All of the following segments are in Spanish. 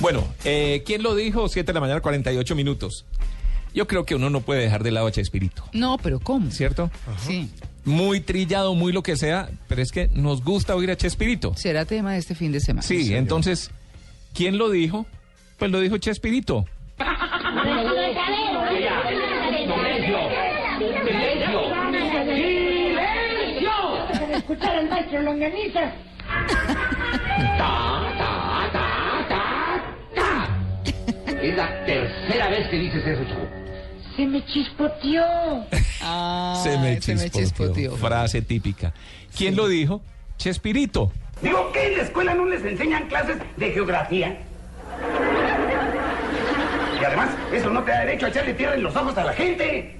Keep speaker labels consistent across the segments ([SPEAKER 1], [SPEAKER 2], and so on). [SPEAKER 1] Bueno, eh, ¿quién lo dijo? 7 de la mañana, 48 minutos. Yo creo que uno no puede dejar de lado a Chespirito,
[SPEAKER 2] No, pero ¿cómo?
[SPEAKER 1] ¿cierto?
[SPEAKER 2] Sí.
[SPEAKER 1] Muy trillado, muy lo que sea, pero es que nos gusta oír a Chespirito.
[SPEAKER 2] Será tema de este fin de semana.
[SPEAKER 1] Sí, entonces, ¿quién lo dijo? Pues lo dijo Chespirito.
[SPEAKER 3] escuchar al maestro Longaniza.
[SPEAKER 4] Ta, ta, ta, ta, ta. Es la tercera vez que dices eso, chico.
[SPEAKER 3] Se me chispoteó.
[SPEAKER 2] Ah, chispoteó.
[SPEAKER 1] Frase típica. ¿Quién lo dijo? Chespirito.
[SPEAKER 4] Digo, que en la escuela no les enseñan clases de geografía? Y además, eso no te da derecho a echarle tierra en los ojos a la gente.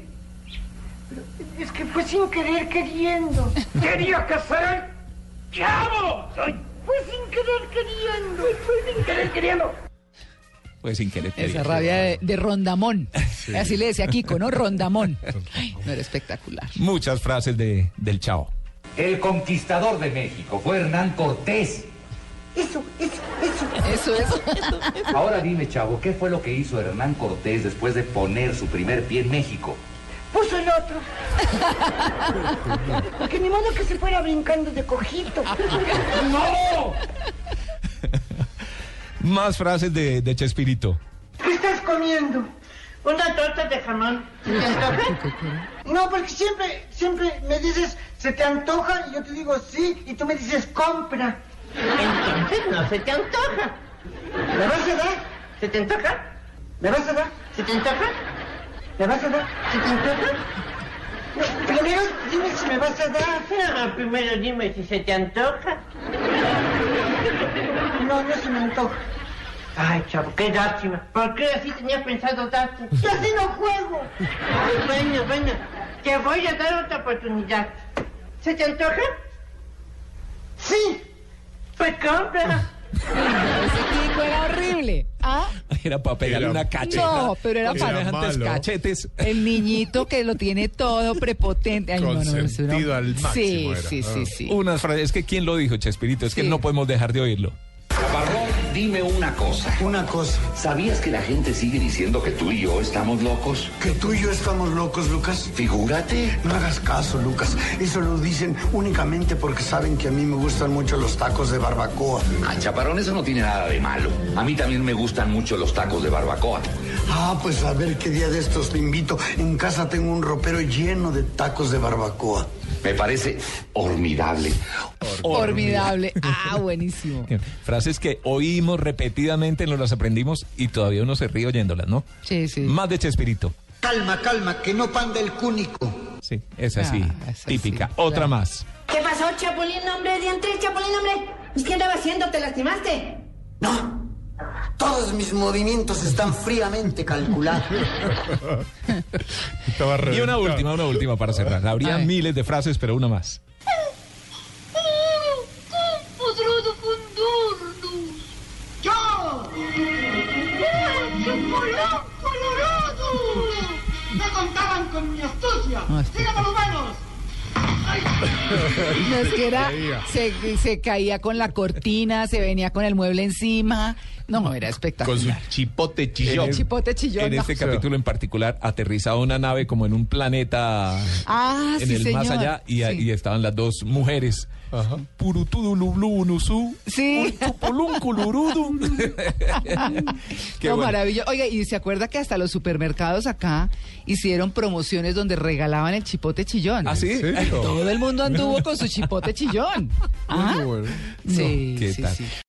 [SPEAKER 3] Es que fue sin querer queriendo.
[SPEAKER 4] Quería que ser chavo. Soy
[SPEAKER 3] Fue sin querer queriendo.
[SPEAKER 4] sin querer queriendo.
[SPEAKER 1] Pues sin querer.
[SPEAKER 2] Esa
[SPEAKER 1] queriendo.
[SPEAKER 2] rabia de, de rondamón. Así le decía Kiko, ¿no? Rondamón. Ay, no era espectacular.
[SPEAKER 1] Muchas frases de, del chao.
[SPEAKER 5] El conquistador de México fue Hernán Cortés.
[SPEAKER 3] Eso, eso,
[SPEAKER 2] Eso
[SPEAKER 3] eso.
[SPEAKER 2] es.
[SPEAKER 5] Ahora dime, chavo, ¿qué fue lo que hizo Hernán Cortés después de poner su primer pie en México?
[SPEAKER 3] Puso el otro. Porque ni modo que se fuera brincando de cojito.
[SPEAKER 4] ¡No!
[SPEAKER 1] Más frases de, de Chespirito.
[SPEAKER 3] ¿Qué estás comiendo? Una torta de jamón. No, porque siempre, siempre me dices, ¿se te antoja? Y yo te digo sí, y tú me dices, compra.
[SPEAKER 6] Entonces no se te antoja.
[SPEAKER 3] ¿Me vas a dar?
[SPEAKER 6] ¿Se te antoja?
[SPEAKER 3] ¿Me vas a dar?
[SPEAKER 6] ¿Se te antoja?
[SPEAKER 3] ¿Me vas a dar?
[SPEAKER 6] ¿Se te antoja?
[SPEAKER 3] No, primero dime si me vas a dar.
[SPEAKER 6] No, primero dime si se te antoja.
[SPEAKER 3] No, no se me antoja.
[SPEAKER 6] Ay, chavo, qué lástima. ¿Por qué así tenía pensado darte?
[SPEAKER 3] Yo así no juego.
[SPEAKER 6] Bueno, bueno, te voy a dar otra oportunidad. ¿Se te antoja?
[SPEAKER 3] Sí.
[SPEAKER 6] Pues compra.
[SPEAKER 2] Ese Kiko era horrible. ¿Ah?
[SPEAKER 1] Era para pegarle
[SPEAKER 7] Era-
[SPEAKER 1] una cacheta.
[SPEAKER 2] No, pero era
[SPEAKER 1] para
[SPEAKER 2] para-
[SPEAKER 1] dejantes
[SPEAKER 7] malo.
[SPEAKER 1] cachetes.
[SPEAKER 2] El niñito que lo tiene todo prepotente. Ay, no, no, no, eso era-
[SPEAKER 7] Consentido al máximo
[SPEAKER 2] Sí,
[SPEAKER 7] era.
[SPEAKER 2] sí, sí,
[SPEAKER 7] Ah.
[SPEAKER 2] sí.
[SPEAKER 1] Unas frases. Es que ¿quién lo dijo, Chespirito? Es que
[SPEAKER 2] Sí.
[SPEAKER 1] no podemos dejar de oírlo.
[SPEAKER 5] Chaparrón, dime una cosa.
[SPEAKER 8] Una cosa,
[SPEAKER 5] ¿Sabías que la gente sigue diciendo que tú y yo estamos locos?
[SPEAKER 8] que tú y yo estamos locos, Lucas.
[SPEAKER 5] Figúrate.
[SPEAKER 8] No hagas caso, Lucas. Eso lo dicen únicamente porque saben que a mí me gustan mucho los tacos de barbacoa.
[SPEAKER 5] Ah, chaparrón, eso no tiene nada de malo. A mí también me gustan mucho los tacos de barbacoa.
[SPEAKER 8] Ah, pues a ver qué día de estos te invito. En casa tengo un ropero lleno de tacos de barbacoa.
[SPEAKER 5] Me parece formidable.
[SPEAKER 2] Formidable. Ah, buenísimo.
[SPEAKER 1] Frases que oímos repetidamente, nos las aprendimos y todavía uno se ríe oyéndolas, ¿no?
[SPEAKER 2] Sí, sí.
[SPEAKER 1] Más de Chespirito.
[SPEAKER 8] Calma, calma, que no panda el cúnico.
[SPEAKER 1] Sí, es así.
[SPEAKER 2] Ah, esa
[SPEAKER 1] típica.
[SPEAKER 2] sí,
[SPEAKER 1] Otra
[SPEAKER 2] claro.
[SPEAKER 1] más.
[SPEAKER 6] ¿Qué pasó, Chapulín, hombre? Dientes, Chapulín, hombre. ¿Qué andaba haciendo? ¿Te lastimaste?
[SPEAKER 8] No. Todos mis movimientos están fríamente calculados.
[SPEAKER 7] Estaba
[SPEAKER 1] Y una
[SPEAKER 7] reventado.
[SPEAKER 1] última, una última para cerrar. Habría
[SPEAKER 2] Ay.
[SPEAKER 1] miles de frases, pero una más.
[SPEAKER 3] podrò defendernos? Yo. ¡Qué polón colorado! No contaban con mi astucia.
[SPEAKER 2] Ah, está.
[SPEAKER 3] ¡Sigan los humanos!
[SPEAKER 2] No, es que era,
[SPEAKER 7] Creía.
[SPEAKER 2] se, se caía con la cortina, se venía con el mueble encima. No, era espectacular.
[SPEAKER 7] Con su chipote
[SPEAKER 1] En
[SPEAKER 7] chillón.
[SPEAKER 1] el-
[SPEAKER 2] Chipote chillón,
[SPEAKER 1] En
[SPEAKER 2] no.
[SPEAKER 1] este capítulo en particular, aterrizaba una nave como en un planeta
[SPEAKER 2] Ah,
[SPEAKER 1] en
[SPEAKER 2] sí,
[SPEAKER 1] el más
[SPEAKER 2] señor.
[SPEAKER 1] allá y, a-
[SPEAKER 2] Sí.
[SPEAKER 1] y estaban las dos mujeres.
[SPEAKER 7] Ajá.
[SPEAKER 1] Purutudulubluunusu,
[SPEAKER 2] Sí.
[SPEAKER 1] ulchupulunculurudum. Qué
[SPEAKER 2] no,
[SPEAKER 1] bueno.
[SPEAKER 2] maravilloso. Oiga, y se acuerda que hasta los supermercados acá hicieron promociones donde regalaban el chipote chillón.
[SPEAKER 1] ¿Ah, sí?
[SPEAKER 7] ¿En serio?
[SPEAKER 2] Todo el mundo anduvo con su chipote chillón.
[SPEAKER 7] Muy
[SPEAKER 2] Ah,
[SPEAKER 7] bueno.
[SPEAKER 2] sí,
[SPEAKER 1] ¿Qué
[SPEAKER 2] sí,
[SPEAKER 1] tal?
[SPEAKER 2] sí.